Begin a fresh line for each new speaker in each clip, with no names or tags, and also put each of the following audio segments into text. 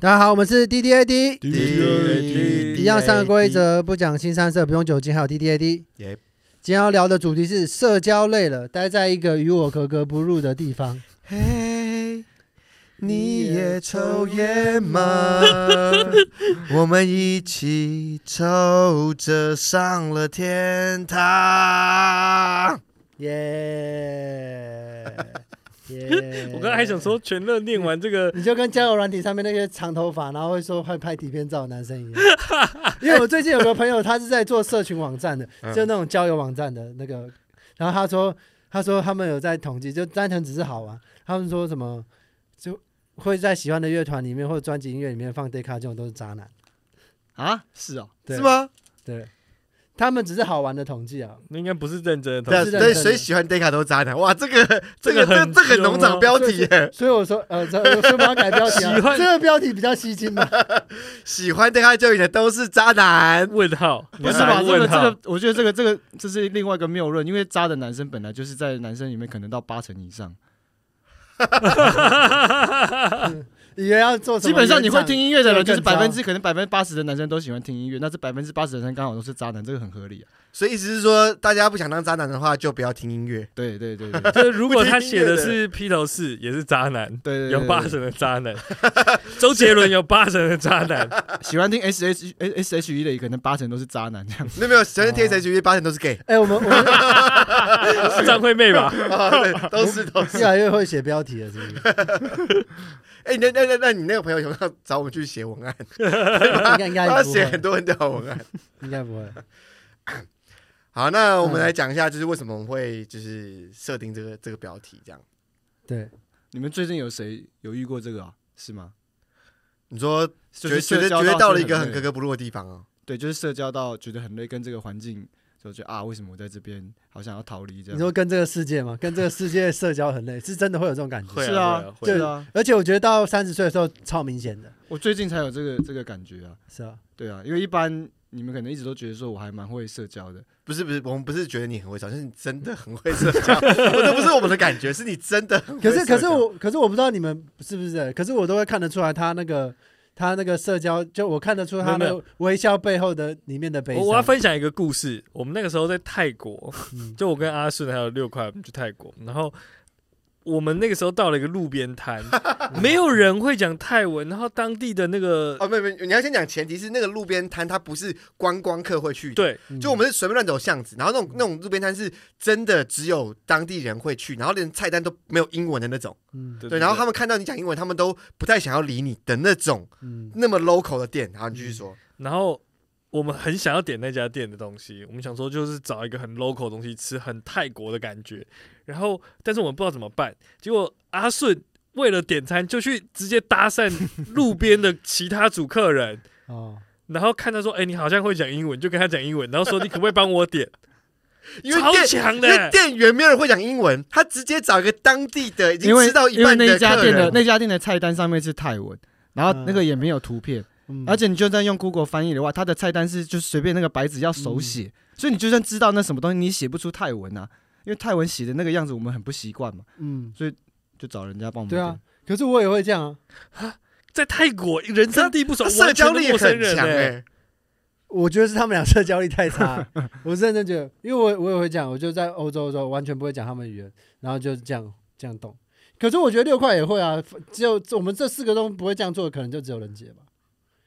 大家好，我们是 D D A D，
DDAD
一样三个规则，不讲新三色，不用酒精，还有 D D A D。
Yep
今天要聊的主题是社交累了，待在一个与我格格不入的地 方。
嘿，你也抽烟 吗？我们一起抽着上了天堂。
耶耶！
我刚才还想，说，全乐念完这个，
你就跟交友软体上面那些长头发，然后会说会拍底片照的男生一 样。因为我最近有个朋友，他是在做社群网站的，
嗯
就那种交友网站的那个，然后他说，他说他们有在统计，就单纯只是好玩，他们说什么就会在喜欢的乐团里面或者专辑音乐里面放 Deca 这种都是渣男，
啊，
是哦，
对
是？吗？
对，他们只是好玩的统计啊，
那应该不是认真的同
啊是
事。
对
的是
对，
的
谁喜欢 Deca 都渣男。哇，这个这个
这个
这
很
这个
凶哦
农场标题耶，
所以我说呃，这所以我们要改标题啊
喜，欢
这个标题比较吸睛嘛，
喜欢 Deca 就赢的都是渣男。
问号，
不是
你要打
吧？
一个
这个
问
这
号，
个，我觉得这个这个这是另外一个谬论，因为渣的男生本来就是在男生里面可能到八成以上，
以为要做什么
基本上你会听音乐的人就
这个
是
更
百
糟
分之可能百分之八十的男生都喜欢听音乐，那这百分之八十的男生刚好都是渣男，这个很合理啊。
所以意思是说，大家不想当渣男的话，就不要听音乐。
对对对对对
就是如果他
不听
写
音乐
的
的
是 披头士，也是渣男，
对，
有八成的渣男。周杰伦有八成的渣男，
喜欢听 S H S H E 的，可能八成都是渣男这样。
没有没有，喜欢 T S
哦
H E 八成都是 gay
哎、我们我们
是张惠妹吧？
啊，对，都是都 是。
越来越会写标题了， 是不是？
哎，那那那那你那个朋友有没有找我们去写文案？
应该应
他
该不
写
会
很，多很屌的文案。
应该不会。
好，那我
嗯
们来讲一下，就是为什么我们会就是设定这个这个标题这样。
对，
啊
你们最近有谁有遇过这个啊？是吗？
你说
就
觉
是
得觉得
社交
觉得到了一
觉
个
得
很
累
格格不入的地方哦。
对，就是社交到觉得很累，跟这个环境就觉得啊，为什么我在这边，好想要逃离
你
这样。
说跟这个世界嘛，跟这个世界社交很累，是真的会有这种感觉。
会
是
啊
啊，
会
啊
是啊，
而且我觉得到三十岁的时候超明显的，
我最近才有这个这个感觉啊。
是啊，
对啊，因为一般你们可能一直都觉得说我还蛮会社交的，
不是不是，我们不是觉得你很会社交，是你真的很会社交。我这不是我们的感觉，是你真的很会
可
社
是
交。
可是我可是我不知道你们是不是，可是我都会看得出来他那个他那个社交，就我看得出他
没
那
有
个微笑背后的里面的悲
我我要
伤。
分享一个故事。我们那个时候在泰国，
嗯
就我跟阿顺还有六块，我们去泰国，然后我们那个时候到了一个路边摊，没有人会讲泰文，然后当地的那个
哦，没有没有，你要先讲前提是那个路边摊，它不是观光客会去的。
对
嗯
就我们是随便乱走巷子，然后那种那种路边摊是真的只有当地人会去，然后连菜单都没有英文的那种。
嗯
对，然后他们看到你讲英文，他们都不太想要理你的那种
嗯
那么 local 的店。然后你继续说，
然后我们很想要点那家店的东西，我们想说就是找一个很 local 的东西吃，很泰国的感觉。然后，但是我们不知道怎么办，结果阿顺为了点餐就去直接搭讪路边的其他组客人，
哦，
然后看他说：“哎、你好像会讲英文，就跟他讲英文，然后说你可不可以帮我点？
因为
超
店
强
因为
的，
店员没有人会讲英文，他直接找一个当地的已经
因为
吃到一
因为
半
那一
客
家
人。
店的那家店的菜单上面是泰文，然后那个也没有图片，
嗯
而且你就算用 Google 翻译的话，它的菜单是就是随便那个白纸要手写，
嗯
所以你就算知道那什么东西，你也写不出泰文啊，因为泰文写的那个样子我们很不习惯嘛，
嗯，
就找人家帮我们。
对啊，，可是我也会这样啊，
在泰国人生地不 熟，
他社交
完
力
全陌生
很
人
强
欸
哎、
我觉得是他们俩社交力太差了，我是认真觉得，因为我我也会讲，我就在欧洲的时候完全不会讲他们语言，然后就是这样这样动。可是我觉得六块也会啊，只有我们这四个都不会这样做的，可能就只有人杰吧。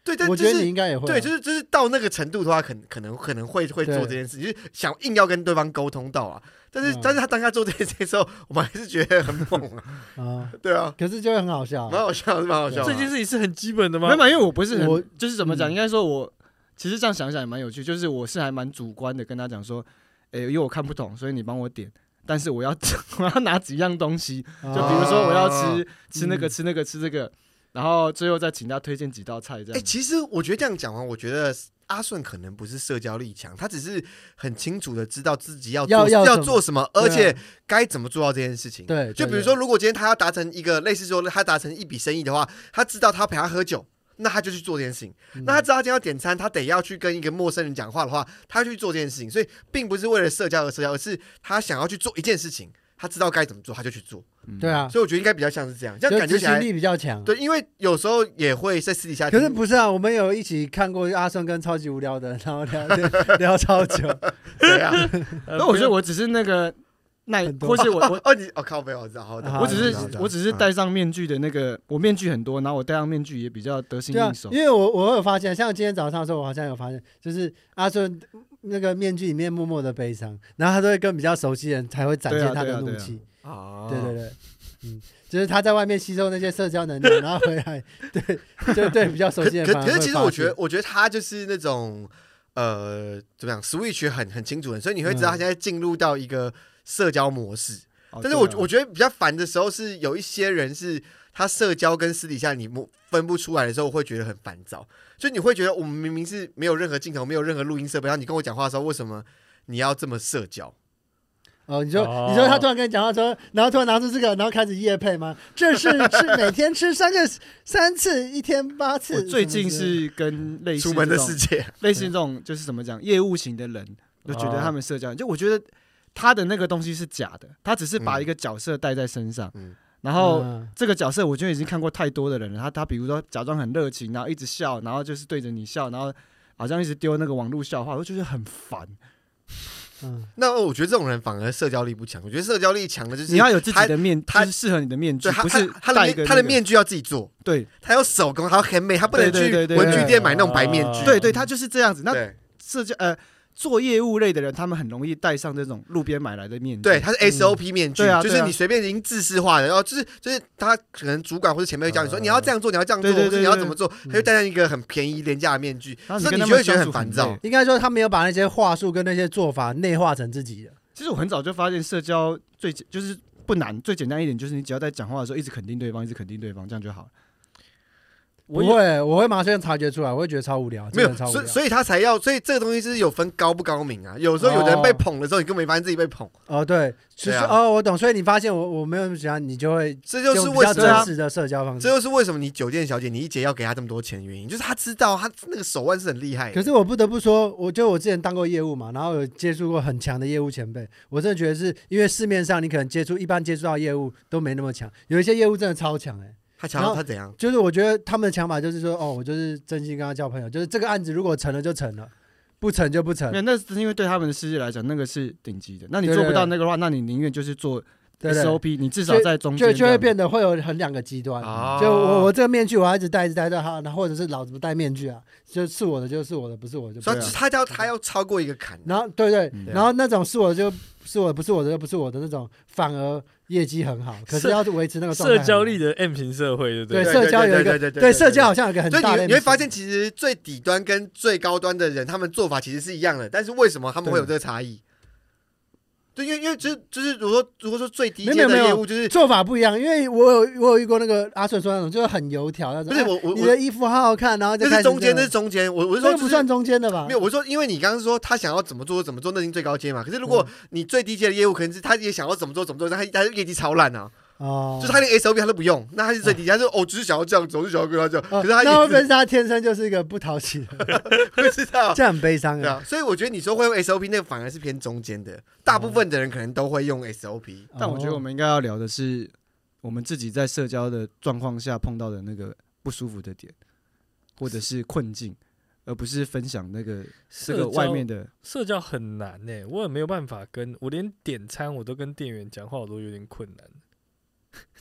对，但
我
就
觉得你
是
应该也会啊、
对，就是就是到那个程度的话，可能可能可能会会做
对
这件事，就是想硬要跟对方沟通到啊。但是、
嗯
但是他当下做这件事的时候，我们还是觉得很猛啊，
啊，
对啊，
可是就会很好笑啊、
蛮好笑的，蛮好笑的。
这件事情是很基本的
欸没
吗
有？嘛，因为我不是很，
我
就是怎么讲，
嗯
应该说我其实这样想想也蛮有趣，就是我是还蛮主观的跟他讲说，诶、因为我看不懂，所以你帮我点，但是我要 我要拿几样东西，
啊
就比如说我要吃、吃那个
嗯
吃那个吃这个，然后最后再请他推荐几道菜这
哎、
样。
其实我觉得这样讲完，我觉得阿顺可能不是社交力强，他只是很清楚的知道自己要
要
做
要什么
做什么，
对啊
而且该怎么做到这件事情。
对对
就比如
对
说，如果今天他要达成一个类似说他达成一笔生意的话，他知道他陪他喝酒。那他就去做这件事情。
嗯
那他知道他今天要点餐，他得要去跟一个陌生人讲话的话，他去做这件事情。所以，并不是为了社交而社交，而是他想要去做一件事情，他知道该怎么做，他就去做。
嗯
对，啊，
所以我觉得应该比较像是这样，这样
就
感觉
执
起
行
来
力比较强。
对，因为有时候也会在私底下听，
可是不是啊？我们有一起看过阿顺跟超级无聊的，然后聊 聊聊超久。
对 啊，
那我觉得
呃
我只是那个耐，
很多
或是我 我
哦哦你哦靠没有，我知道，好的
啊
我只
啊
是我只是戴上面具的那个，我面具很多，然后我戴上面具也比较得心
对啊
应，手
因。为我我有发现，像今天早上的时候，我好像有发现，就是阿顺那个面具里面默默的悲伤，然后他都会跟比较熟悉的人才会展
对啊
现他
对
的
啊
怒
对啊
气。
啊
对对对，嗯，就是他在外面吸收那些社交能量，然后回来对就对比较熟
可
悉的人
可
反而
可是
会
其实
发
我觉
现
得，我觉得他就是那种呃怎么样，Switch 很很清楚的，所以你会知道他
嗯
现在进入到一个社交模式。
哦
但是我、
对啊
我觉得比较烦的时候是有一些人是他社交跟私底下你摸分不出来的时候，我会觉得很烦躁。所以你会觉得我们明明是没有任何镜头、没有任何录音设备，然后你跟我讲话的时候，为什么你要这么社交？
哦，你说
哦
你说他突然跟你讲话说，然后突然拿出这个，然后开始夜配吗？这是吃每天吃三个三次，一天八次。
我最近
什么之类的
是跟类似
出门的
这种
世界，
类似这种就是怎么讲，业务型的人就觉得他们社交，就我觉得他的那个东西是假的，他只是把
嗯
一个角色带在身上，
嗯
然后。
嗯
这个角色我觉得已经看过太多的人了，他他比如说假装很热情，然后一直笑，然后就是对着你笑，然后好像一直丢那个网络笑话，我就觉得很烦。
嗯
那我觉得这种人反而社交力不强。我觉得社交力强的就是
你要有自己的面，
他
就是适合你的面具，
对他
不是
他他的
戴一
面、
个那个
他的面具要自己做，
对
他要手工，还要 handmade，他不能
对
去
对对对
文具店买那种白面具。
对对，他就是这样子。
嗯
那
对
社交呃做业务类的人，他们很容易戴上这种路边买来的面具。
对，他是 SOP 面具，
对啊
就
对
是
啊
你随便已经制式化的，然后就是就是他可能主管或者前辈会教你说
嗯
你要这样做，你要这样做，
哦对对
或者
对
你要
对嗯
怎么做，他就戴上一个很便宜廉价的面具，
然
所以
后跟
你
他
就
们
会觉得很
相处
烦
很
躁
累。。
应该说他没有把那些话术跟那些做法内化成自己的。
其实我很早就发现，社交最简就是不难，最简单一点就是你只要在讲话的时候一直肯定对方，一直肯定对方，这样就好了。
不
我有
会，我会马上察觉出来，我会觉得超无聊，
没
真
有
的超，无
所以
聊。
所以他才要，所以这个东西是有分高不高明啊。有时候有的人被
哦
捧的时候，你根本没发现自己被捧，
哦，对，其实
对啊
哦，我懂。所以你发现我我没有那么喜欢，你就会
这就是
用比
为
较
什
真
么，
实的社交方
这
式。
就是为什么你酒店小姐你一姐要给她这么多钱的原因，就是她知道她那个手腕是很厉害的。
可是我不得不说，我就我之前当过业务嘛，然后有接触过很强的业务前辈，我真的觉得是因为市面上你可能接触一般接触到业务都没那么强，有一些业务真的超强哎、
她想
然
要
后
她怎样？
就是我觉得他们的想法就是说，哦，我就是真心跟他交朋友，就是这个案子如果成了就成了，不成就不成
没。有，那是因为对他们的世界来讲，那个是顶级的。那你
对对
做不到那个的话，那你宁愿就是做
对对
SOP，你至少在中间
就就
这
会
样
变得会有很两个极端。
啊
就我我这个面具我要一直戴一直戴到他，然后或者是老子不戴面具啊，就是我的就是我的，不是我的就不
所
是
以
我的。
她要她要超过一个坎。
然后对对，
嗯
然后那种是我的就是我的，不是我的就不是我的那种，反而业绩很好，可是
社
要维持那个状态
社
很
交
好
力的 M 型社会，对不
对
对？
社交有一
对
个
对对
对社交好像有一个很
所以
大的
你你会
MC
发现，其实最底端跟最高端的人，他们做法其实是一样的，但是为什么他们会有这个差异？对，因为因为就是就是，如果如果说最低
没有
阶
没
的
有
业务就是
做法不一样，因为我有我有遇过那个阿顺说那种就是很油条那种，
不是
哎
我我
你
我
的衣服好好看，然后就
那
开
是
始
中间，
这
那
样
是中间。我我是
这
说
个
就
不
是
算中间的吧？
没有，我说因为你刚刚说他想要怎么做怎么做，那已经最高阶嘛。可是
嗯
如果你最低阶的业务，可能是他也想要怎么做怎么做，但他他业绩超烂啊，
哦，
就是他连 SOP 他都不用，那他是最低阶，他说哦，只是想要这样子，我就想要跟他这样，
哦
可是 他
那会不会
也
是他天生就是一个不讨喜的人？
不知道。
这样很悲伤
哦对
啊！
啊，所以我觉得你说会用 SOP 那个反而是偏中间的，大部分的人可能都会用 SOP。
但我觉得我
哦
们应该要聊的是我们自己在社交的状况下碰到的那个不舒服的点，或者是困境，而不是分享那个这
社
个
交
外面的。
社交很难呢、我也没有办法跟我连点餐我都跟店员讲话，我都有点困难。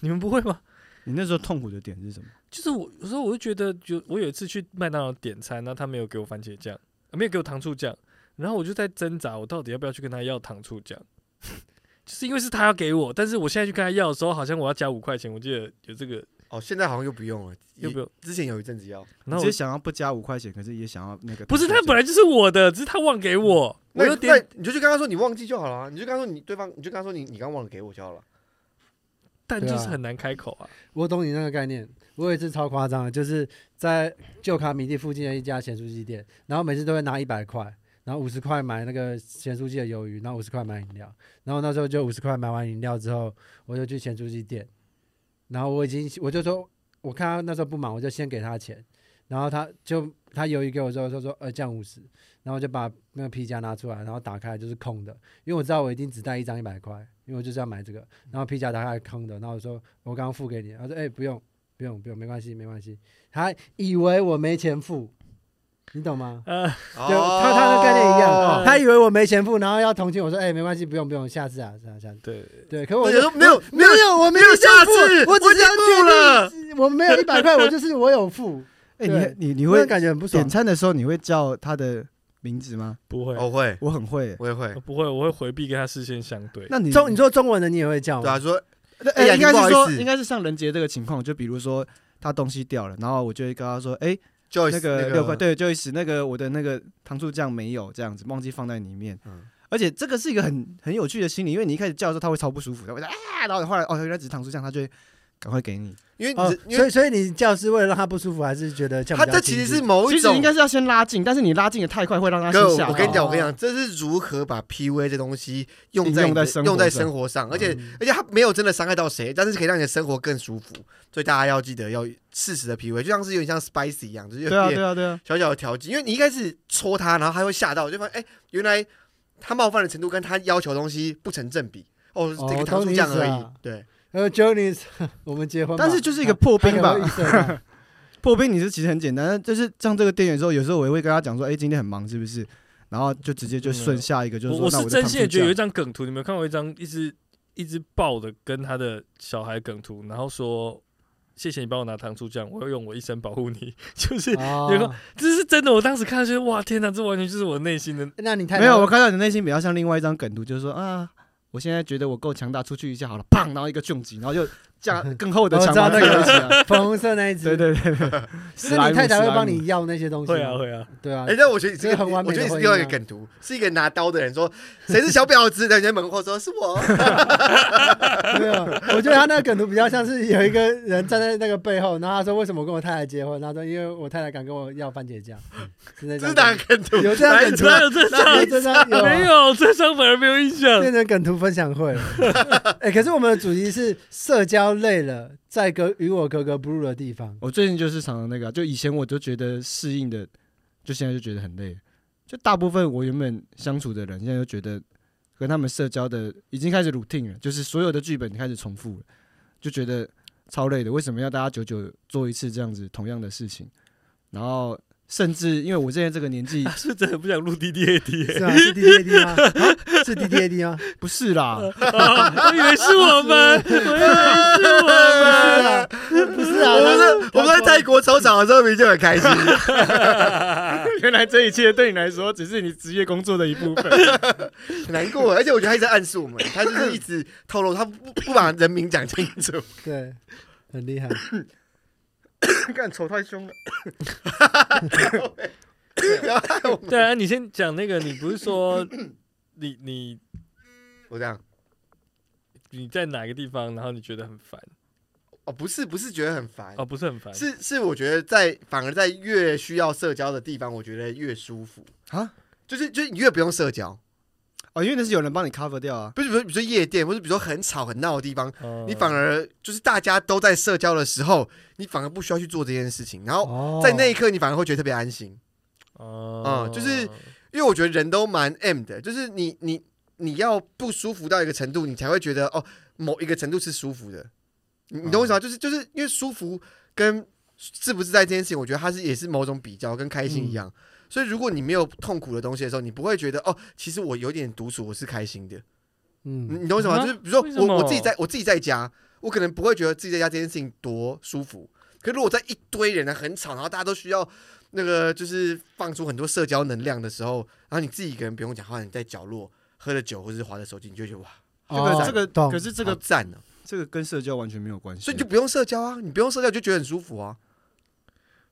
你们不会吗？
你那时候痛苦的点是什么？
就是我有时候我就觉得，就我有一次去麦当劳点餐，然后他没有给我番茄酱，呃没有给我糖醋酱，然后我就在挣扎，我到底要不要去跟他要糖醋酱？ 就是因为是他要给我，但是我现在去跟他要的时候，好像我要加五块钱，我记得有这个
哦，现在好像又不用了，
要不
也
要？
之前有一阵子要，
你
然后
只
我
是想要不加五块钱，可是也想要那个。
不是他本来就是我的，只是他忘给我，我
那
有
那
点
你就去跟他说你忘记就好了啊，你就跟他说你对方，你就跟他说你你刚忘了给我就好了。
但就是
对啊
很难开口啊。
我懂你那个概念。我有一次超夸张的，就是在旧卡米蒂附近的一家咸酥鸡店，然后每次都会拿一百块，然后五十块买那个咸酥鸡的鱿鱼，然后五十块买饮料。然后那时候就五十块买完饮料之后，我就去咸酥鸡店，然后我已经我就说，我看他那时候不忙，我就先给他钱，然后他就他鱿鱼给我之后，他说呃降五十，呃然后我就把那个皮夹拿出来，然后打开就是空的，因为我知道我一定只带一张一百块，因因为我就是要买这个。然后皮夹打开空的，然后我说我刚刚付给你，他说哎、不用不用不用，没关系没关系。他以为我没钱付，你懂吗？
呃，
对，他他的概念一样，
哦
他以为我没钱付，然后要同情我说哎、没关系不用不用，下次啊下次啊下次。
对，
对，可
我
我
觉得没有
没有我没
没有
钱
下
付
次
我
我
只
已
是
经
要
付了
确定我没有一百块，我就是我有付。
哎、
对
你你你
你
会
感觉很不爽
点，餐的时候，你会叫他的名字吗？
不会，
我哦会，
我很会。
我也会。
哦不会，我会回避跟他视线相对。
那你
中你说中文的你也会叫
对啊，
吗？
说哎
哎、
呀
应该
你不好
是
意
说，
思
应该是像人杰这个情况，就比如说他东西掉了，然后我就会跟他说，哎、
Joyce
那
个
个六块，对，就一时那个我的那个糖醋酱没有这样子，忘记放在里面。
嗯
而且这个是一个很很有趣的心理，因为你一开始叫的时候他会超不舒服，他会说啊，然后后来哦原来只是糖醋酱，他就会赶快给你。
因为
哦
啊你是，因
所
为
以所以你叫是为了让他不舒服，还是觉得叫
他
比较
这
亲
其实
近
是某
其
一
实
种
应该是要先拉近，但是你拉近的太快会让他
哥，
先吓到。
我跟你讲，
哦
我跟你讲，这是如何把 PUA 这东西用在
应用
你的
在生活
用在
上
生活上，而且
嗯
而且它没有真的伤害到谁，但是可以让你的生活更舒服。所以大家要记得要适时的 PUA，就像是有点像 spicy 一样，就是
对啊
有
对
点
啊对啊，
小小的调剂。因为你一开始戳他，然后他会吓到，就发现哎、原来他冒犯的程度跟他要求的东西不成正比。哦，
哦
这个
我
糖
懂
醋
你
酱
意思
而已
啊。
对，
呃 j o n y 我们结婚吧，
但是就是一个破冰
他
吧
可能会预设吧
破冰你是其实很简单，但就是像这个店员的时候，有时候我也会跟他讲说，哎、今天很忙是不是？然后就直接就顺下一个，就是
我
说
我
那
是
的
真
糖
心
醋
的觉得有一
酱。
张梗图，你们有看过一张一只一只豹的跟他的小孩梗图，然后说谢谢你帮我拿糖醋酱，我要用我一生保护你， 就是结
哦
果，这是真的。我当时看到觉得哇天哪，这完全就是我内心的。
那你太
没有，我
了
看到你的内心比较像另外一张梗图，就是说啊，我现在觉得我够强大，出去一下好了，砰，然后一个重击，然后就这 样更厚的
我
墙
知道
把它
哦那个
盖起 来。
粉红色那一只，
啊对对对，
是你太太会帮
史莱姆
你要那些东西吗，
会啊会啊，
对啊
哎、，但我觉得你这
这
个
个很完美
我觉
的
得你是
回
另外一
应
个
啊
梗图，是一个拿刀的人说谁是小婊子，然后人家门后说是我，
哎
没有，我觉得他那个梗图比较像是有一个人站在那个背后，然后他说为什么我跟我太太结婚？他说因为我太太敢跟我要番茄酱，是那张
这是哪个梗图？
有这样梗图
哪有这张？
有这张有
没
啊
有这张反而没有印象。
变成梗图分享会了。哎，可是我们的主题是社交累了，在隔与我格格不入的地方。
我最近就是常常那个啊，就以前我都觉得适应的，就现在就觉得很累。就大部分我原本相处的人，现在就觉得跟他们社交的已经开始 routine 了，就是所有的剧本开始重复了，就觉得超累的。为什么要大家久久做一次这样子同样的事情？然后甚至因为我现在这个年 纪
他，是真的不想录 D D A D，
是吗？是 D D A D 吗？啊是 D D A D 吗？
不是啦，
我以为是我们，我以为是我
不是
们。
啊，不是啊，
我们在
他
我们在泰国抽场的时候，明明就很开心。
原来这一切对你来说只是你职业工作的一部分。
很难过，而且我觉得他一直在暗示我们，他就是一直透露，他不不把人名讲清楚。
对，很厉害。
干丑太凶了。
不要害我 们，
对啊，你先讲那个，你不是说你你
我这样
你在哪个地方，然后你觉得很烦？
哦，不是不是觉得很烦，
哦，不是很烦，
是 是我觉得在反而在越需要社交的地方，我觉得越舒服
啊，
就是就是你越不用社交，
哦，因为那是有人帮你 cover 掉啊。
不是比如说比如说夜店，或者比如说很吵很闹的地方，
哦
你反而就是大家都在社交的时候，你反而不需要去做这件事情，然后
哦
在那一刻你反而会觉得特别安心。
哦
嗯就是因为我觉得人都蛮 M 的，就是你你你要不舒服到一个程度，你才会觉得哦，某一个程度是舒服的。你你懂我意思吗？就是就是因为舒服跟自不自在这件事情，我觉得它是也是某种比较，跟开心一样。所以如果你没有痛苦的东西的时候，你不会觉得哦，其实我有点独处，我是开心的。你
嗯，
你懂我意思吗？
啊
就是比如说
为什
我
么
我自己在我自己在家，我可能不会觉得自己在家这件事情多舒服。可如果在一堆人呢很吵，然后大家都需要那个就是放出很多社交能量的时候，然后你自己一个人不用讲话，你在角落喝着酒或者是划着手机，你就觉得哇，
嗯这个
哦
这个，
懂
可是这
好
个
赞哦、
这个跟社交完全没有关系。
所以你就不用社交啊，你不用社交就觉得很舒服啊。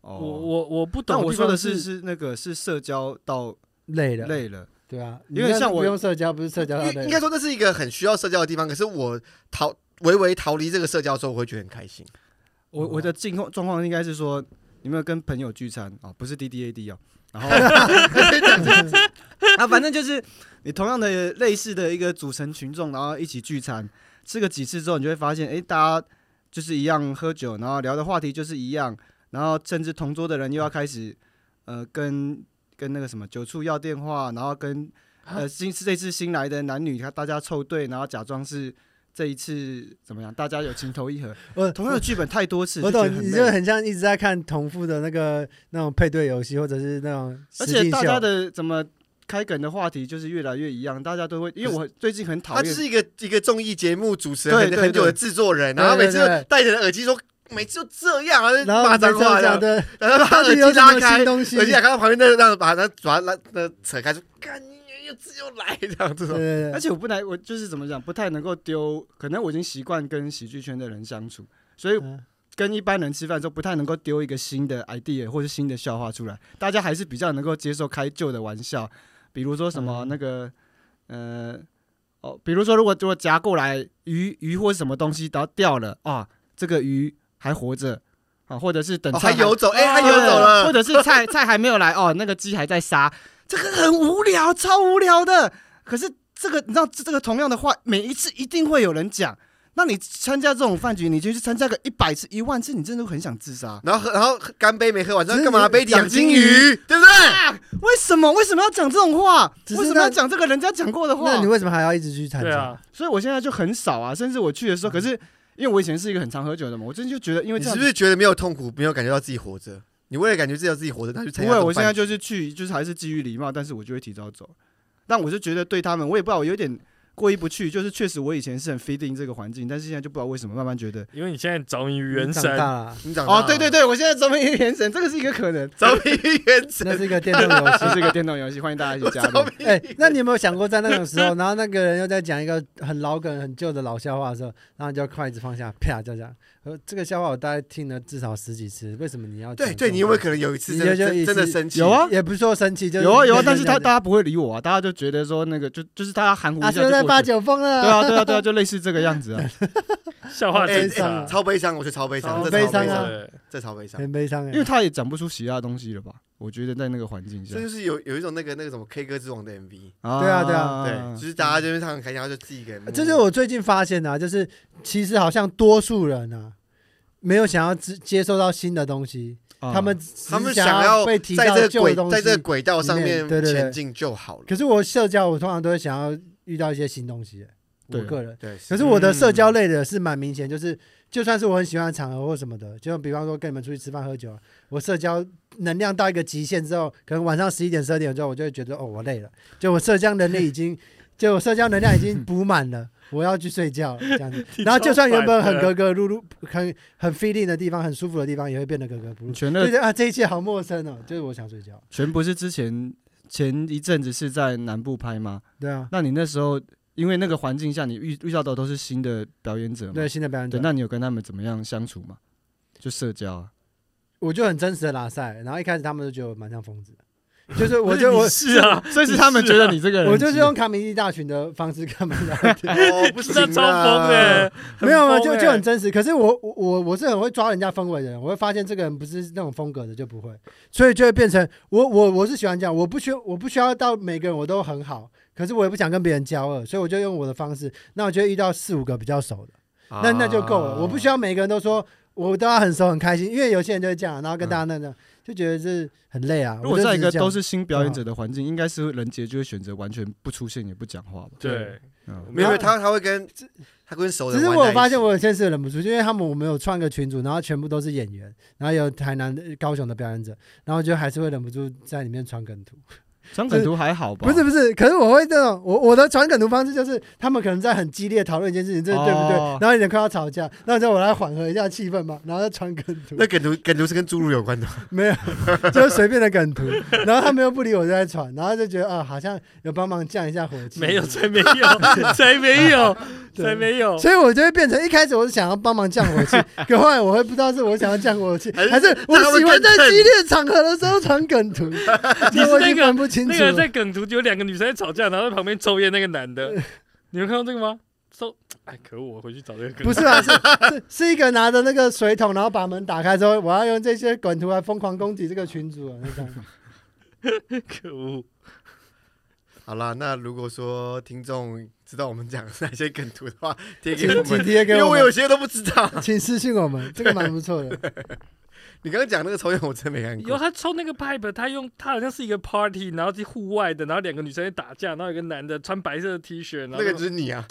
哦
我我我不懂
但
地方。
我说的是
是
是那个是社交到
累了，
累了，
对啊，
因为
你那
像我
不用社交，不是社交到啊累
应
了，
应该说那是一个很需要社交的地方，可是我逃微微逃离这个社交之后，我会觉得很开心。
我
哦
我的境况状况应该是说，你有没有跟朋友聚餐啊、不是 D D A D 哦，然后 啊，反正就是你同样的类似的一个组成群众，然后一起聚餐，吃个几次之后，你就会发现，哎、大家就是一样喝酒，然后聊的话题就是一样，然后甚至同桌的人又要开始，呃，跟跟那个什么酒醋要电话，然后跟呃新这次新来的男女，他大家凑对，然后假装是这一次怎么样，大家有情投意合。
我
同样的剧本太多次，
我
就觉
懂
得，很
你
累
就很像一直在看重复的那个那种配对游戏，或者是那种
而
实
且
境
大家
秀
的怎么开梗的话题就是越来越一样，大家都会，因为我最近很讨
他就
厌，
是一个一个综艺节目主持人
对
很
对
很久
对
的制作人，
对
然后每次
对对
就戴着耳机说，每次就这样啊，
然后
骂
每
脏
次
话
都讲
的，
的，
然后把
到
耳
底
机
有什
拉
么
开
新，东西？
耳机
对
拉开，旁边那让把它把它拉那扯开，说干你又又来这样这种，
对
而
对，
且我不来，我就是怎么讲，不太能够丢，可能我已经习惯跟喜剧圈的人相处，所以
嗯
跟一般人吃饭的时候不太能够丢一个新的 idea 或是新的笑话出来，大家还是比较能够接受开旧的玩笑，比如说什么
嗯
那个、呃哦，比如说如果如果夹过来鱼鱼或是什么东西，然后掉了啊，这个鱼还活着啊，或者是等
哦
菜
还
还
游走，哎，他
对
游走
或
了，
者是菜 菜还没有来哦，那个鸡还在杀，这个很无聊，超无聊的。可是这个你知道，这这个同样的话，每一次一定会有人讲。那你参加这种饭局，你就去参加个一百次、一万次，你真的会很想自杀。
然后喝然后干杯没喝完，说
只是
干嘛
你
杯底
养
养
金
金鱼，对不对？
啊！为什么？为什么要讲这种话？
只是
为什么要
那
讲这个人家讲过的话？
那你为什么还要一直去参
对
加？
啊，
所以我现在就很少啊，甚至我去的时候，可是因为我以前是一个很常喝酒的嘛，我真的就觉得，因
嗯
为
你
这
是
样
不是觉得没有痛苦，没有感觉到自己活着？你为了感觉自己到自己活着，那就参
不
加这
会，
种饭局。
我现在就是去，就是还是基于礼貌，但是我就会提早走。但我就觉得对他们，我也不知道，我有点过意不去。就是确实我以前是很 fit in 这个环境，但是现在就不知道为什么，慢慢觉得
因为你现在着迷于原
长
神，
大 了，
你长大
哦
了，
对对，对，我现在怎么一个眼神，这个是一个可 能。
着迷原神
那是一个电动游戏
这。 是一个电动游戏，欢迎大家一起加入。
哎、那你有没有想过，在那种时候，然后那个人又在讲一个很老梗、很旧的老笑话的时候，然后你就筷子放下，啪就这样。呃，这个笑话我大概听了至少十几次，为什么你要讲
对
这种？
对，你有没有可能有一次
你
真的
就就一
真真的
次
生气？
有啊
也不是说生气，就是
有啊有啊，
认真
但是他
这样
大家不会理我啊，大家就觉得说那个就就是大家含糊一
啊，
下
就
就
在
过
发
去。
酒疯了，
对啊对啊对啊，就类似这个样子 啊。
笑话
哎
真
悲伤
傻
啊，
超悲伤，我觉得超悲伤，
超
这
悲
超
伤
悲
啊
伤，
对
这超悲伤。
很悲伤哎、
因为他也讲不出其他东西了吧？我觉得在那个环境下
这，就是有有一种那个那个什么 K 歌之王的 MV，
对啊对啊
对，就是大家就是他很开心，然后就自己一个人默默，嗯
这是我最近发现的、啊，就是其实好像多数人啊，没有想要接接受到新的东西，
啊
他们只是
他们
想
想要
被提
在
到
这个
旧的
轨
东西，
在这个轨道上
里面
面
对对对
前进就好了。
可是我社交，我通常都会想要遇到一些新东西、我
对啊
个人。
对，嗯
可是我的社交类的是蛮明显，就是就算是我很喜欢的场合或什么的，就比方说跟你们出去吃饭喝酒啊，我社交能量到一个极限之后，可能晚上十一点十二点之后，我就会觉得哦我累了，就我社交能力已经， 就我社交能量已经补满了。我要去睡觉了，这 样子。然后就算原本很格格不入、很很 feeling 的地方、很舒服的地方，也会变得格格不入。
全
就
乐
是啊，这一切好陌生哦，就是我想睡觉。
全不是之前前一阵子是在南部拍吗？
对啊，
那你那时候因为那个环境下，你遇遇到的都是新的表演者嘛？
对新的表演者
对，，那你有跟他们怎么样相处吗？就社交 啊，
我就很真实的拉塞，然后一开始他们都觉得我蛮像疯子 的，就是我就
不
我
是你是 啊，
所以是他们觉得你这个人，
我就是用卡米蒂大群的方式跟他们 聊天，
哦， 不
不是
行
那超疯
的
的，，
没有啊，
啊，
就
欸
就很真实。可是我我我我是很会抓人家氛围的人，我会发现这个人不是那种风格的就不会，所以就会变成我我我是喜欢这样，我不需我不需要到每个人我都很好，可是我也不想跟别人交恶，所以我就用我的方式。那我就遇到四五个比较熟的，
啊
那那就够了，我不需
要。
要每个人都说。我都要很熟很开心，因为有些人就会这样，然后跟大家那那、就觉得是很累啊。
嗯
我
如果
就
在一
只
个
这样
都是新表演者的环境，应该是人杰就会选择完全不出现也不讲话吧？
对，
嗯，
没有，没有他他会跟他跟熟
只
人玩在一
是
起。
我发现我有些是忍不住，因为他们我们有创个群组，然后全部都是演员，然后有台南、的、高雄的表演者，然后就还是会忍不住在里面传梗图。
张肯图还好 吧？
不是不是，可是我会那种我我的传梗图方式就是，他们可能在很激烈讨论一件事情，这是对不对？
哦
然后有点快要吵架，那就我来缓和一下气氛嘛，然后再传梗图
那，梗图梗图是跟侏儒有关的，
没有，就是随便的梗图，然后他们又不理我就在传，然后就觉得啊，好像有帮忙降一下火气，
没有，才 没有，才没有，
对
才没有，
所以我就会变成一开始我是想要帮忙降火气，可后来我会不知道是我想要降火气，
还是
还是我喜欢在激烈场合的时候传梗图，
你是
我已
那
经
个
分不清
那
楚
个在
了。
梗图有两个女生在吵架，然后在旁边抽烟那个 男的，你有看到这个吗？抽，哎，可恶，我回去找这个梗。
不是啊，是是是一个拿着那个水桶，然后把门打开之后，我要用这些梗图来疯狂攻击这个群主啊，那这样
可恶，
好啦，那如果说听众知道我们讲哪些梗图的话，贴给我
请请，
们
贴
因
给
为
我
我
们
有，些都不知道。
请私信我们，这个蛮不错的。
你刚刚讲那个抽烟，我真没看
有
过。
他抽那个 pipe，他用他好像是一个 party，然后是户外的，然后两个女生在打架，然后有个男的穿白色的 T 恤，然后
那个就是你啊，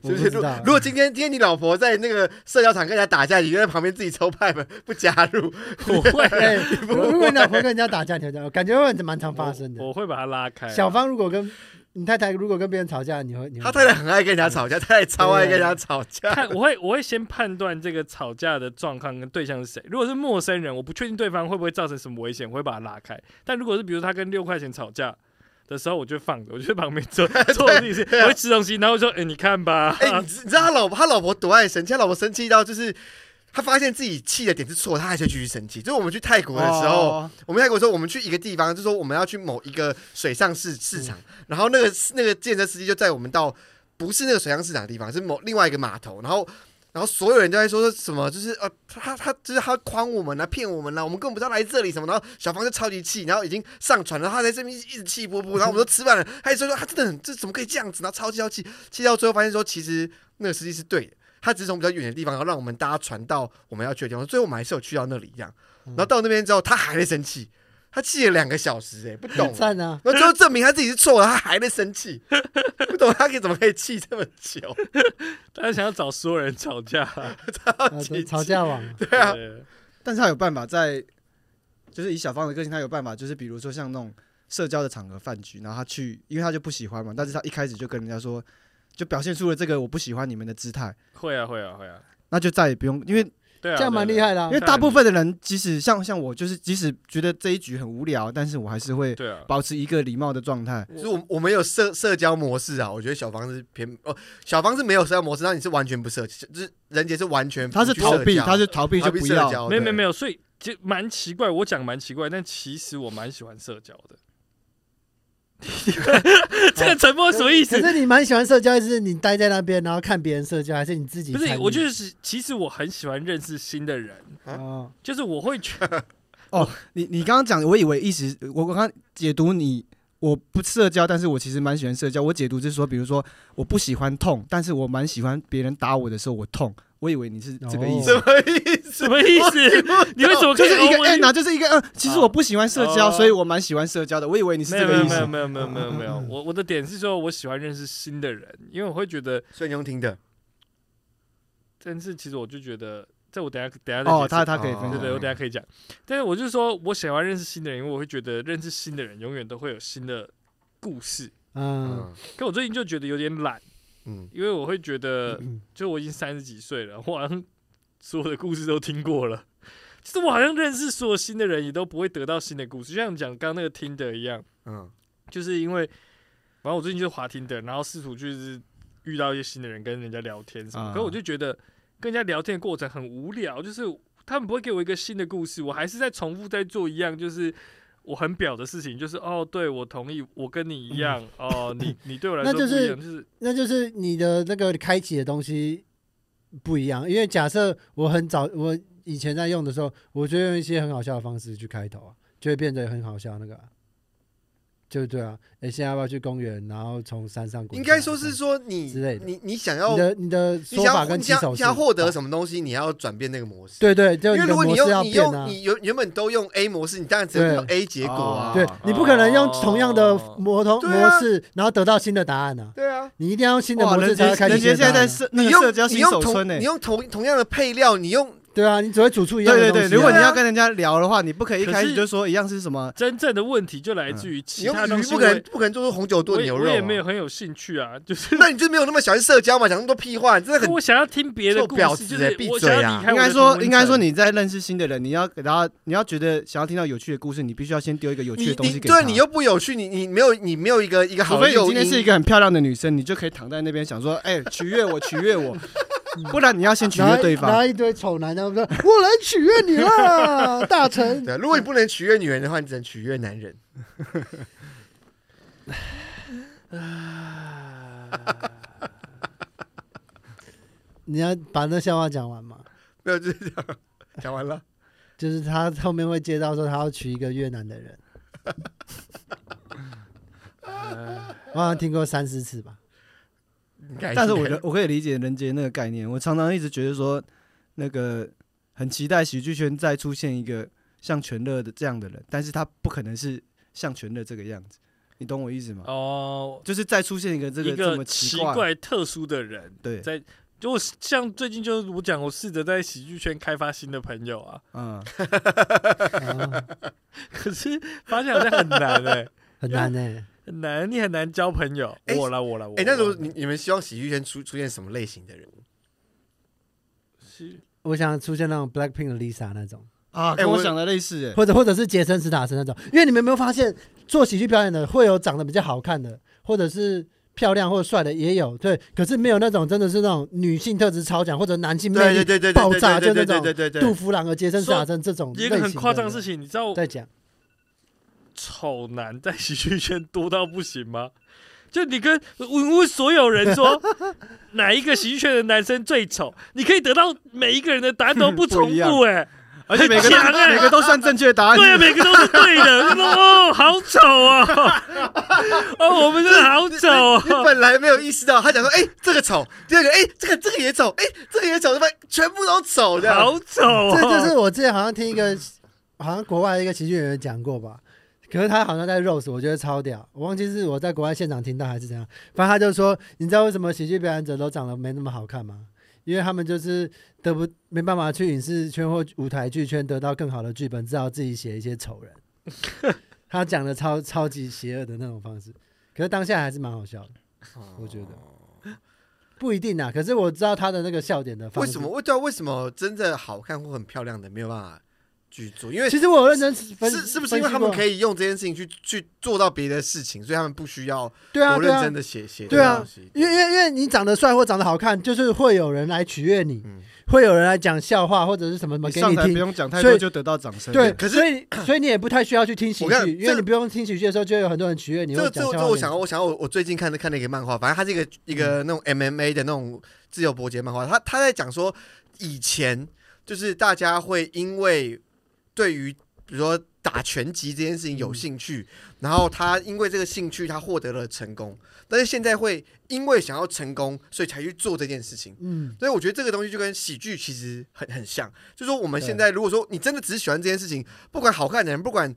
我
是
不
不是？
知
如
道
如。果今天今天你老婆在那个社交场跟人家打架，你就在旁边自己抽派吧，不加入，
我会
对，哎如果你老婆跟人家打架，你会这样，感觉会蛮常发生的。
我，我会把它拉开啊、
小芳如果跟你太太如果跟别人吵架，你会你会
他太太很爱跟人家吵架，太太超爱跟人家吵
看
架。
我会我会先判断这个吵架的状况跟对象是谁。如果是陌生人，我不确定对方会不会造成什么危险，我会把他拉开。但如果是比如他跟六块钱吵架。的时候我就放着， 我就在旁边做做我自己事，我会吃东西，然后我说：“哎、你看吧。
哎、你知你知道他老婆他老婆多爱生气？他老婆生气到就是。他发现自己气的点是错，他还是继续生气。就是我们去泰国的时候，
哦，
我们泰国说我们去一个地方，就说我们要去某一个水上市市场，然后那个那个建车司机就载我们到不是那个水上市场的地方，是某另外一个码头，然后。然后所有人都在说说什么，就是呃，他他就是他诓我们啊，骗我们啦、我们根本不知道来这里什么。然后小芳就超级气，然后已经上船了，他在这边一直气波波。然后我们都吃饭了，他一直说说他真的很这怎么可以这样子，然后超级要气，气到最后发现说其实那个司机是对的，他只是从比较远的地方，然后让我们搭船到我们要去的地方。最后我们还是有去到那里一样。然后到那边之后，他还在生气，他气了两个小时、哎，不懂。
赞啊！
然后最后证明他自己是错的，他还在生气，不懂他可以怎么可以气这么久？
他想要找所有人吵架，
啊
气
吵架王，
对啊，
但是他有办法在，就是以小芳的个性，他有办法，就是比如说像那种社交的场合饭局，然后他去，因为他就不喜欢嘛，但是他一开始就跟人家说，就表现出了这个我不喜欢你们的姿态，
会啊，会啊，会啊，
那就再也不用，因为
对啊，
这样蛮
对
厉
啊。
害的啊
哦
因为。大部分的人，即使像像我，就是即使觉得这一局很无聊，但是我还是会
对啊，
保持一个礼貌的状态。
就是我我们有社社交模式啊，我觉得小芳是偏哦，小芳是没有社交模式，但你是完全不社，就是人杰是完全
他是逃避，他
是
是逃避就不
社
要。
交，
没有没有没
有，
有，所以就蛮奇怪，我讲蛮奇怪，但其实我蛮喜欢社交的。这个沉默什么意思
可？是你蛮喜欢社交，是你待在那边，然后看别人社交，还是你自己
不
参与？
是，我就是其实我很喜欢认识新的人，
哦，
就是我会觉
你你刚刚讲，我以为意思，我我刚刚解读你，我不社交，但是我其实蛮喜欢社交。我解读就是说，比如说我不喜欢痛，但是我蛮喜欢别人打我的时候我痛。我以为你是这个意思。
哦
什么意思？
什么意思？ 你为什 么可
就
以
是一个
哦我
N 啊，就是一个嗯，其实我不喜欢社交，
哦
所以我蛮喜欢社交的。我以为你是
没
这
有
个意
没
思
有，没有没有没有没有，我我的点是说，我喜欢认识新的人，因为我会觉得，
所以你用听的，
但是其实我就觉得，这我等一下等一下再
哦，
解释
他他可以
哦
分享，
对对，我等一下可以讲。但是我就说我喜欢认识新的人，因为我会觉得认识新的人永远都会有新的故事。
嗯，
嗯
可我最近就觉得有点懒，
嗯，
因为我会 觉得，就我已经三十几岁了，我好像所有的故事都听过了。其实我好像认识所有新的人，也都不会得到新的故事，就像你讲刚刚那个听的一样。
嗯，
就是因为，反正我最近就滑听的，然后试图就是遇到一些新的人，跟人家聊天什么。
啊
可我就觉得跟人家聊天的过程很无聊，就是他们不会给我一个新的故事，我还是在重复在做一样，就是我很表的事情，就是哦，对我同意，我跟你一 样，哦，你你对我来
那
说不
就是
一样，就是
那就是你的那个开启的东西不一样。因为假设我很早，我以前在用的时候，我就用一些很好笑的方式去开头啊，就会变得很好笑那个啊、就对啊。哎、现在要不要去公园？然后从山上滚
嗯应
下来
该说是说你
之类的
你你想
你
要
的你的
你
说
想
法
要
跟
你
起
想
手
你
是
想要获得
么？
什么东西，你要转变那个模式。
对对，就
因
你
为
的
如果
模式
你用
要
你
变
用
啊。
你原原本都用 A 模式，你当然只能得到 A 结果啊。
哦
对你不可能用同样的
哦
模同
对啊
模式，然后得到新的答案啊！
对啊，
你一定要用新的
哇
模式
人
才
杰
会开启
人
新
杰
的
现
答
在在
案啊。
社那
你
个
用
社交
你
新
用
手村欸
同
呢
你。用同同样的配料，你用
对啊，你只会煮出一样
对
的
对
东西啊。
对，如果你
对啊
要跟人家聊的话，你不可以一
可
开始
是
就说一样是什么
真正的问题就来自于
嗯你
其
用
他
鱼
东西
不
我
可能
也。
不可能做出红酒
我
炖
也
牛
我
肉、
也
啊，
没有很有兴趣啊，就是
那你就没有那么喜欢社交嘛？讲那么多屁话，你真的 很
我想要听别的
臭
故
婊
事，
子
就
欸
是
闭
我
嘴
想
啊
要离开我的
应该
同
说，
温
应该说
层
你在认识新的人，你要给他，你要觉得想要听到有趣的故事，你必须要先丢一个有趣
你
的东西
你
给他。
对啊你又不有趣，你你没有你没有一个一个好
除
的
非你
诱
今天是一
因。
个很漂亮的女生，你就可以躺在那边想说，哎，取悦我，取悦我。不然你要先取
然
悦
后
对
然
方。
后一堆丑男，然后说：“我来取悦你啦，大臣。
对，如果你不能取悦女人的话，你只能取悦男人。
你要把那笑话讲完嘛？
没有，就是这样。 讲完了，
就是他后面会接到说他要娶一个越南的 人，我好像听过三四次吧。
你开心
但是我觉得我可以理解人杰那个概念，我常常一直觉得说，那个很期待喜剧圈再出现一个像全乐的这样的人，但是他不可能是像全乐这个样子，你懂我意思吗？
哦，
就是再出现一个这
一
个这么
个
奇
奇
怪，
怪特殊的人，
对，
在就我像最近就是我讲，我试着在喜剧圈开发新的朋友啊，
嗯，
啊
可是发现好像很难 哎、
很难欸呢、
很难，你很难交朋友。
哎
我啦，我啦，我啦。
哎、那如果你你们希望喜剧圈出出现什么类型的人？
是
我想出现那种 Blackpink 的 Lisa 那种，
啊，
哎
跟我
我
想的类似、哎，
或者或者是杰森·斯坦森那种，因为你们有没有发现，做喜剧表演的会有长得比较好看的，或者是漂亮或者帅的也有，对，可是没有那种真的是那种女性特质超强或者男性魅
对
力
对对对对
爆
对
炸
对对
就那
对
种
对对对
杜
对，
甫朗和杰森·斯坦森这种
一个
啊
很夸张的事
情
情，你知道
在讲，
丑男在喜剧圈多到不行吗？就你跟问问所有人说哪一个喜剧圈的男生最丑，你可以得到每一个人的答案都不
不
重
一样
复哎、
而且每个
很强
都、
哎
每个都算正确答案，
对啊，每个都是对的。他说哦，好丑啊！哦，我们真的好丑
你
啊！
本来没有意识到，他讲说，哎、这个丑，第二个，哎、这个这个也丑，哎、这个也丑，他妈全部都丑这样。
好丑
这就
啊！
是我之前好像听一个，好像国外一个喜剧演员讲过吧。可是他好像在 Rose，我觉得超屌。我忘记是我在国外现场听到还是怎样，反正他就说，你知道为什么喜剧表演者都长得没那么好看吗？因为他们就是得不没办法去影视圈或舞台剧圈得到更好的剧本，只好自己写一些丑人。 他讲的超超级邪恶的那种方式，可是当下还是蛮好笑的，我觉得不一定啊。可是我知道他的那个笑点的方
为
式
什么？？我对啊，为什么真的好看或很漂亮的没有办法去做？因为
其实我有认真分
是是不是因为他们
以？
可以用这件事情去去做到别的事情，所以他们不需要
对啊，
多
对
认
啊，
真的写写
对啊
东西？
因为因为因为你长得帅或长得好看，就是会有人来取悦你，
嗯
会有人来讲笑话或者是什么什么
你
给
上台不
听。
用讲太
所
多
以
就得到掌声，嗯
对，
可是
所以所以你也不太需要去听喜
我看
剧，因
这
为你不用听喜剧的时候，就会有很多人取悦你。
这
或
个
者
这个
讲
这
笑话
个
嗯
我
给
想到，我想到我我最近看的看了一个漫画，反正它是一个一个那种 MMA 的那种自由搏击漫画，他他在讲说以前就是大家会因为对于比如说打拳击这件事情有
嗯
兴趣，然后他因为这个兴趣他获得了成功，但是现在会因为想要成功，所以才去做这件事情。
你嗯，
所以我觉得这个东西就跟喜剧其实很很像，就是说我们
对
现在如果说你真的只是喜欢这件事情，不管好看的人，不管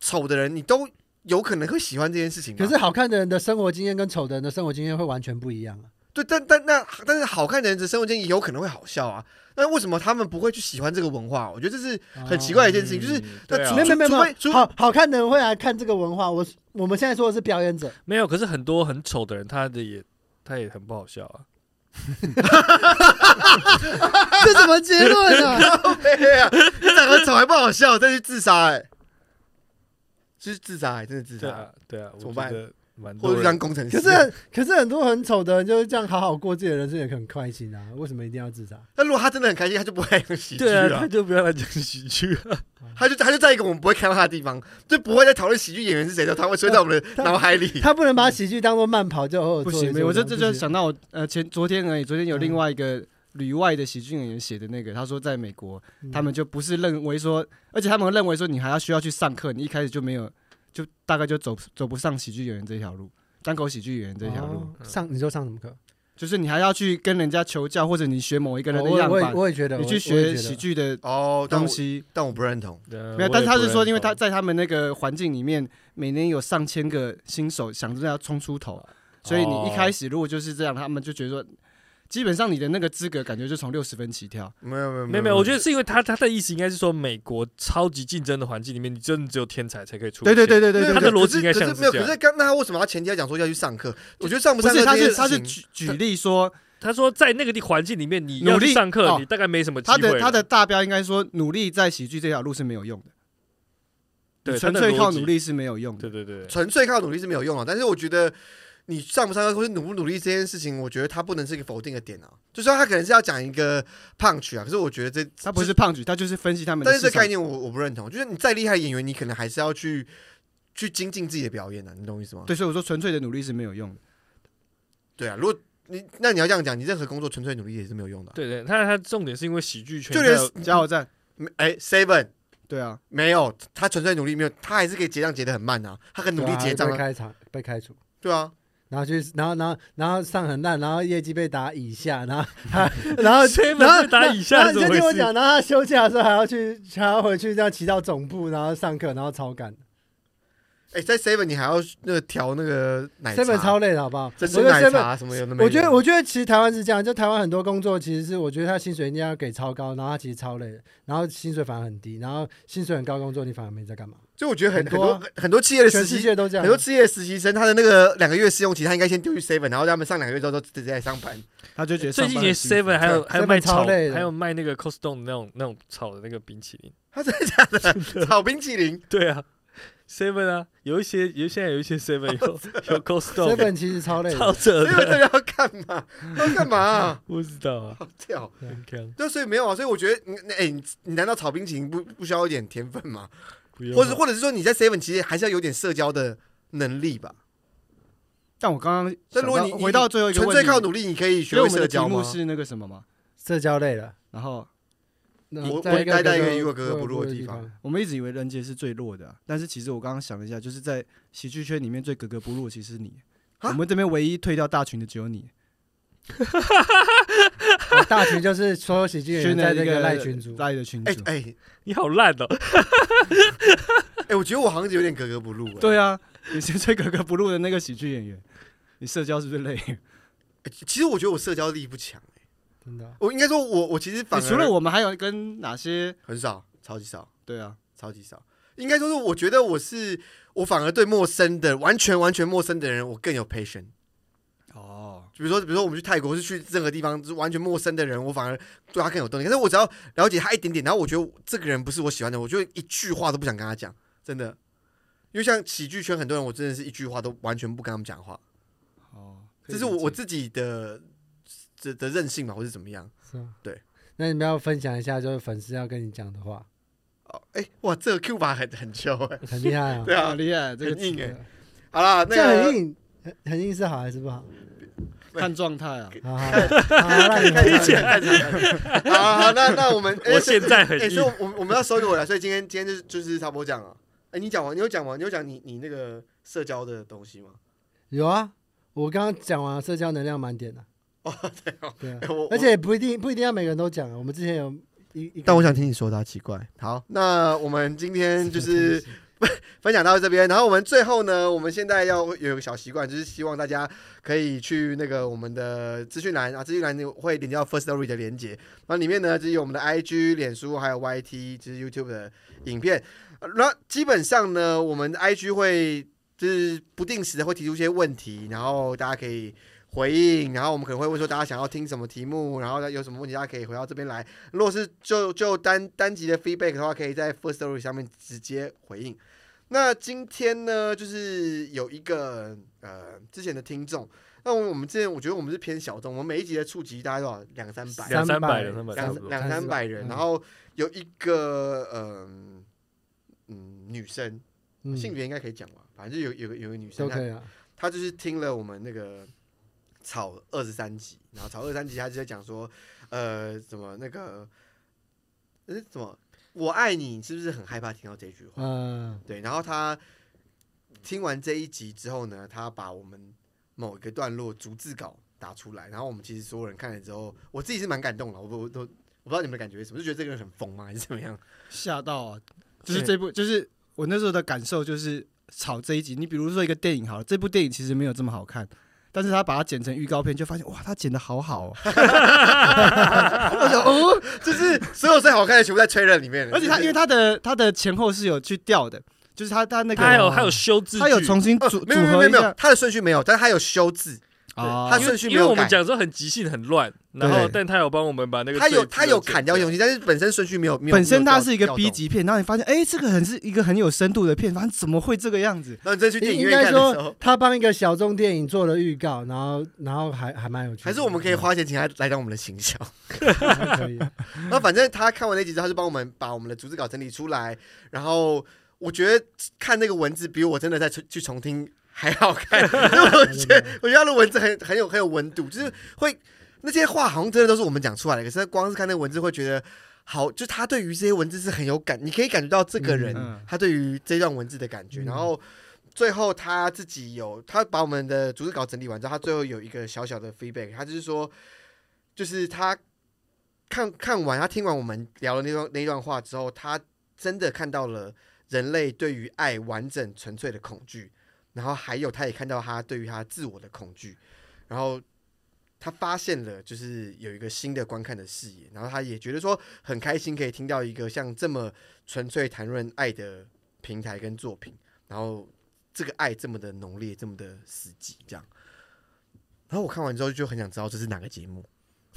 丑的人，你都有可能会喜欢这件事情嘛。
可是好看的人的生活经验跟丑的人的生活经验会完全不一样啊。
对，但但那但是好看的人的生活间也有可能会好笑啊。那为什么他们不会去喜欢这个文化？我觉得这是很奇怪的一件事情，就是
对啊
啊
那
嗯没有没有没有
除
没
非除
有，好好看的人会来看这个文化。我我们现在说的是表演 者，
没有，可是很多很丑的人，他的也他也很不好笑啊。
这什么结论 啊？
对啊，长得丑还不好笑，再去自杀哎、是自杀、欸，真的自
对
杀、
啊，对啊，我
怎么
觉
办
得蛮
或者
多
去
人
当工程师。
可是很可是很多很丑的人就是这样好好过自己的人生，也很开心啊。为什么一定要自杀？
但如果他真的很开心，他就不会用喜剧
对啊，
了、
他就不要来讲喜剧啊。
他就他就在一个我们不会看到他的地方，就不会再讨论喜剧演员是谁的，他会吹在我们的
他
脑海里。
他不能把喜剧当做慢跑就偶尔
不
做一
行，嗯
做
没有我这
样
这
不
就
行
想到我呃前昨天而已，昨天有另外一个旅外的喜剧演员写的那个，他说在美国
嗯
他们就不是认为说，而且他们认为说你还要需要去上课，你一开始就没有，就大概就走走不上喜剧演员这条路，单口喜剧演员这条路，嗯
哦上你说上什么课？
就是你还要去跟人家求教，或者你学某一个人
哦
的
我也
样
我也
板，
我也觉得，
你
我
去
也我也
学
觉得
喜剧的
哦，但
东
我
西。
但我不认同。
啊嗯
没有，但他是说，因为他在他们那个环境里面，每年有上千个新手想着要冲出头，
哦
所以你一开始如果就是这样，他们就觉得说，基本上你的那个资格感觉就从六十分起跳。
没有没有
没有没有，我觉得是因为他他的意思应该是说，美国超级竞争的环境里面，你真的只有天才才可以出
对
现。
对对对对对，
他
对
的逻辑应该
可是可
像
是
是
没有，
这
可
样
是刚那他为什么要前提要讲说要去上课？我觉得上不
不
上课
是他
这件
是
事
他是
情
举举例说，
他说在那个地环境里面，你
努
要去
力
上课
哦，
你大概没什么机
他
会了。
的他的大标应该说努力在喜剧这条路是没有用的，
对
你
他
纯
的
粹
逻
靠
辑
努力是没有用的
对。对对，对
纯粹靠努力是没有用的。啊但是我觉得你上不上课或是努不努力这件事情，我觉得它不能是一个否定的点啊。就算他可能是要讲一个 punch 啊，可是我觉得这
他不是胖举，他就是分析他们的
但是
市
这
场。
概念我我不认同。就是你再厉害的演员，你可能还是要去去精进自己的表演啊，你懂我意思吗？
对，所以我说纯粹的努力是没有用的。
对啊，如果你那你要这样讲，你任何工作纯粹努力也是没有用的啊、
对对，他他重点是因为喜剧圈
就连
它有
加油站，
没哎，seven
对啊，
没有，他纯粹努力没有，他还是可以结账结得很慢啊，他很努力
对啊
结账
被
啊，
开场被开除。
对啊，
然后去，然后，然后，然后上很烂，然后业绩被打以下，然后 他，然后，
谁
然后
被打以下
然后
是
你
怎
就
么回
听我
事
讲，然后他休假的时候还要去，还要回去，这样骑到总部，然后上课，然后超赶
哎、在 Seven 你还要那个调那个奶茶
，seven 超累的好不好？我
珍
觉
珠
得
奶
seven，
茶什么有那么？
我觉得，我觉得其实台湾是这样，就台湾很多工作其实是，我觉得他薪水一定要给超高，然后他其实超累的，然后薪水反而很低，然后薪水很高工作你反而没在干嘛，
就我觉得很
很
很
多
多
啊
很很多企业的
全
实
世
习
界都这样啊
很多。企业的实习生，他的那个两个月试用期，他应该先丢去 Seven，然后让他们上两个月之后都直接来上班。
他就觉得
最近连 Seven 啊
还
还有还有卖
Seven 超
炒，
累的
还有卖那个 Costco 那种那种炒的那个冰淇淋。
他真的假的？炒冰淇淋，
对啊，Seven 啊，有一些有现在有一些 Seven 有有 Costco，
seven 其实超累
超
的，
扯
Seven
的，
这个要干嘛？ 要干嘛、啊？
不知道啊，
好屌！
很强，
对，所以没有啊，所以我觉得，嗯哎、你你难道炒冰淇淋不不需要一点天分吗？
不用啊
或者或者是说你在 Seven 其实还是要有点社交的能力吧？
但我刚刚
但如果
想
你
到回到最后一个
纯
问题，
粹靠努力，你可以
因为
学
我
会
们
社
的题
交吗
目？是那个什么嘛，
社交累了。
然后
那
我
再
我待在一个
就
与我格格
格
不入的
的
地方
方。
我们一直以为人杰是最弱的啊、但是其实我刚刚想了一下，就是在喜剧圈里面最格格不入，的其实是你。
啊
我们这边唯一退掉大群的只有你，
我大群就是所有喜剧演
圈
员在
了一
这
个
个赖群组，
赖的群
哎
主。
哎
你好烂哦，
哎，欸我觉得我好像有点格格不入、欸。
对啊，你是最格格不入的那个喜剧演员，你社交是最累。
欸其实我觉得我社交力不强、欸
真的。
我应该说我我其实反
你
而
除了我们还有跟哪些？
很少，超级少，
对啊，
超级少。应该说是我觉得我是我反而对陌生的完全完全陌生的人，我更有 patient。
哦，
比如说，比如说我们去泰国，或是去任何地方，就是完全陌生的人，我反而对他更有动力。但是我只要了解他一点点，然后我觉得这个人不是我喜欢的，我就一句话都不想跟他讲，真的。因为像喜剧圈很多人，我真的是一句话都完全不跟他们讲话，
哦，可以
这是我
理解
我自己的的的任性嘛，或是怎么样？
是啊，
对。
那你们要分享一下，就是粉丝要跟你讲的话，
哦，哎、哇，这个 Q 吧很很秋哎、
很厉害啊。
对
好
啊，
厉害，这个
很硬
词
哎、好啦，
这
那
样
个
很硬，很很硬是好还是不好？
看状态啊。
好好， 好，那你
看
们
一起来，好好，好那那我们，哎
我现在很
哎、
硬
所以我们我们要收尾了，所以今天今天就是就是差不多这样了。哎、你讲完，你有讲完，你有讲你你那个社交的东西吗？
有啊。我刚刚讲完社交能量满点的，
哦，对哦，
对啊
哎，我
而且也不一定不一定要每个人都讲啊。我们之前有一一个，
但我想听你说的啊，奇怪。好，那我们今天就是。分享到这边，然后我们最后呢，我们现在要有一个小习惯，就是希望大家可以去那个我们的资讯栏啊，资讯栏会连接到 First Story 的连接，那里面呢就是有我们的 IG、脸书还有 YT，就是 YouTube 的影片。呃那基本上呢，我们 IG 会就是不定时的会提出一些问题，然后大家可以回应，然后我们可能会问说大家想要听什么题目，然后有什么问题大家可以回到这边来。如果是就就单单集的 feedback 的话，可以在 First Story 上面直接回应。那今天呢，就是有一个呃之前的听众，那我们之前我觉得我们是偏小众，我们每一集的触及大概多少两三百，
两三
300
百两三百差
两
不多，
两三百人，
嗯
然后有一个嗯嗯女生，
嗯，
性别应该可以讲吧，反正就有有个有个女
都
生，
可
她
以啊。
她就是听了我们那个草二十三集，然后草二十三集她就在讲说，呃，怎么那个，呃，怎么我爱你，你是不是很害怕听到这句话？
嗯，
对，然后她听完这一集之后呢，她把我们某一个段落逐字稿打出来，然后我们其实所有人看了之后，我自己是蛮感动的，我不我都。我不知道你们的感觉是什么，就觉得这个人很疯吗，还是怎么样？
吓到啊！就是这部，就是我那时候的感受，就是炒这一集。你比如说一个电影好了，这部电影其实没有这么好看，但是他把它剪成预告片，就发现哇，他剪的好好哦，
我想，哦，就是所有最好看的全部在吹人里面了。
而且他因为他的他的前后是有去调的，就是他他那个
他还有还有修字句，
他有重新
呃
组
没
组
有没有没
合
有
一
没有
下，
他的顺序没有，但是他有修字，
啊
他
因
是
为
顺序没
因
有
为我们
改
讲说很即兴很乱，然后
对
但他有帮我们把那个
他有
最
他有砍掉一些东西，但是本身顺序没有没有。
本身
没有
它
调
是一个
调
B
动
级片，然后你发现哎、诶这个很是一个很有深度的片，反正怎么会这个样子？
然后你再去电影
应
院
该
看的时
说
候，
他帮一个小众电影做了预告，然后然后还还蛮有趣的。
还是我们可以花钱请他来当我们的行销。
可以啊，
然后反正他看完那集之后，他就帮我们把我们的逐字稿整理出来，然后我觉得看那个文字比我真的再去去重听还好 看，因为 我觉得我觉得他的文字很很有很有温度，就是会那些话好像真的都是我们讲出来的，可是光是看那个文字会觉得。好，就他对于这些文字是很有感，你可以感觉到这个人、
嗯嗯
他对于这段文字的感觉，然后最后他自己有，他把我们的逐字稿整理完之后，他最后有一个小小的 feedback，他就是说，就是他看看完，他听完我们聊的那段那段话之后，他真的看到了人类对于爱完整纯粹的恐惧，然后还有他也看到他对于他自我的恐惧，然后他发现了就是有一个新的观看的视野，然后他也觉得说很开心可以听到一个像这么纯粹谈论爱的平台跟作品，然后这个爱这么的浓烈，这么的实际，这样。然后我看完之后就很想知道这是哪个节目，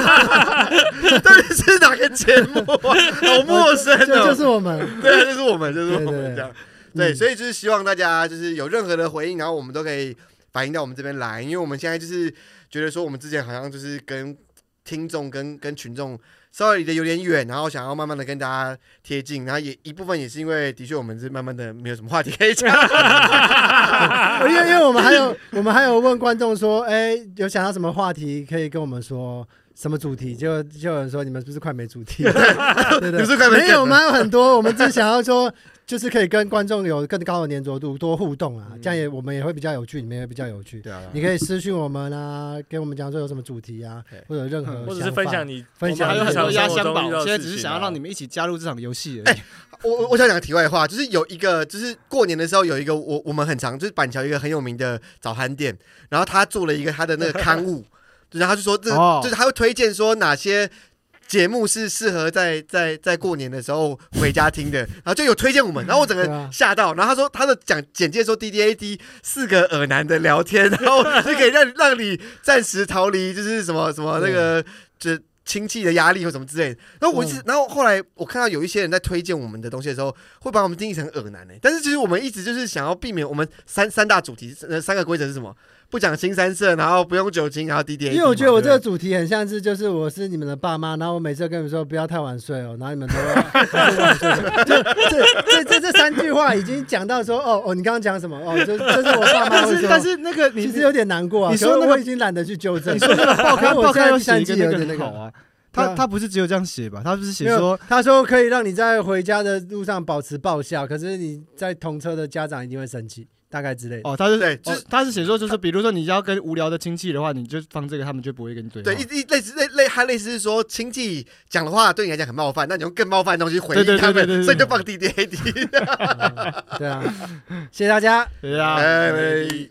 到底是哪个节目啊、好陌生
这
哦、
就是我们，
对，这是我们，这是我
对
们
对
这样。对，
嗯
所以就是希望大家就是有任何的回应，然后我们都可以反映到我们这边来，因为我们现在就是觉得说我们之前好像就是跟听众跟跟群众稍微离得有点远，然后想要慢慢的跟大家贴近，然后也一部分也是因为的确我们是慢慢的没有什么话题可以讲，
因为因为我们还有我们还有问观众说，哎，有想要什么话题可以跟我们说。什么主题？就就有人说你们是不是快没主 题？对
不
对，
是快没
没有，我们还有很多，我们只是想要说，就是可以跟观众有更高的粘着度，多互动
嗯
啊，这样也我们也会比较有趣，你们也比较有趣。
对啊
你可以私讯我们啊，给我们讲说有什么主题啊
对，
或者任何
嗯或者是
想
分
法
享你
分
我
享
们还有
一
很
下
多压
我们日常生
箱
活中遇
宝
到，的
现在只
事
是
情
想要
啊
让你们一起加入这场游戏而已。
我我我想讲题外话，就是有一个，就是过年的时候有一个我我们很常就是板桥一个很有名的早餐店，然后他做了一个他的那个刊物，就是他就说这、
哦
就是他会推荐说哪些。节目是适合在在在过年的时候回家听的，然后就有推荐我们，然后我整
对
个
啊
吓到，然后他说他的讲简介说 D D A D 四个耳男的聊天，然后就可以让让你暂时逃离就是什么什么那个就是亲戚的压力或什么之类的。然后我一直，然后后来我看到有一些人在推荐我们的东西的时候，会把我们定义成耳男呢、欸但是其实我们一直就是想要避免我们三三大主题，呃，三个规则是什么？不讲新三色，然后不用酒精，然后 D D A。
因为我觉得我这个
对不
主题很像是，就是我是你们的爸妈，然后我每次都跟你们说不要太晚睡哦，然后你们都要都晚睡就这这这这三句话已经讲到说，哦哦，你刚刚讲什么？哦，这这是我爸妈
但
会
是
说。
但是那个你
其实有点难过啊，
你
可
说
是
那个
我已经懒得去纠正。
你说那个报刊
可是
报
我现
刊
在
有
第三
写一
季
个
有
那
点
个
那
很
个
好啊，
对
他
啊
他不是只有这样写吧？他不是写
没有
说
他说可以让你在回家的路上保持爆笑，可是你在同车的家长一定会生气，大概之类的。
哦，他是
对就是
哦他是写说就是比如说你要跟无聊的亲戚的话，你就放这个，他们就不会跟你对话。
对，一一类似类类，他类似是说亲戚讲的话对你来讲很冒犯，那你用更冒犯的东西回
对
应
对
他
对对对
们，
对
所以你就放 D D A D。
嗯对啊，谢谢大家。
对啊，
哎。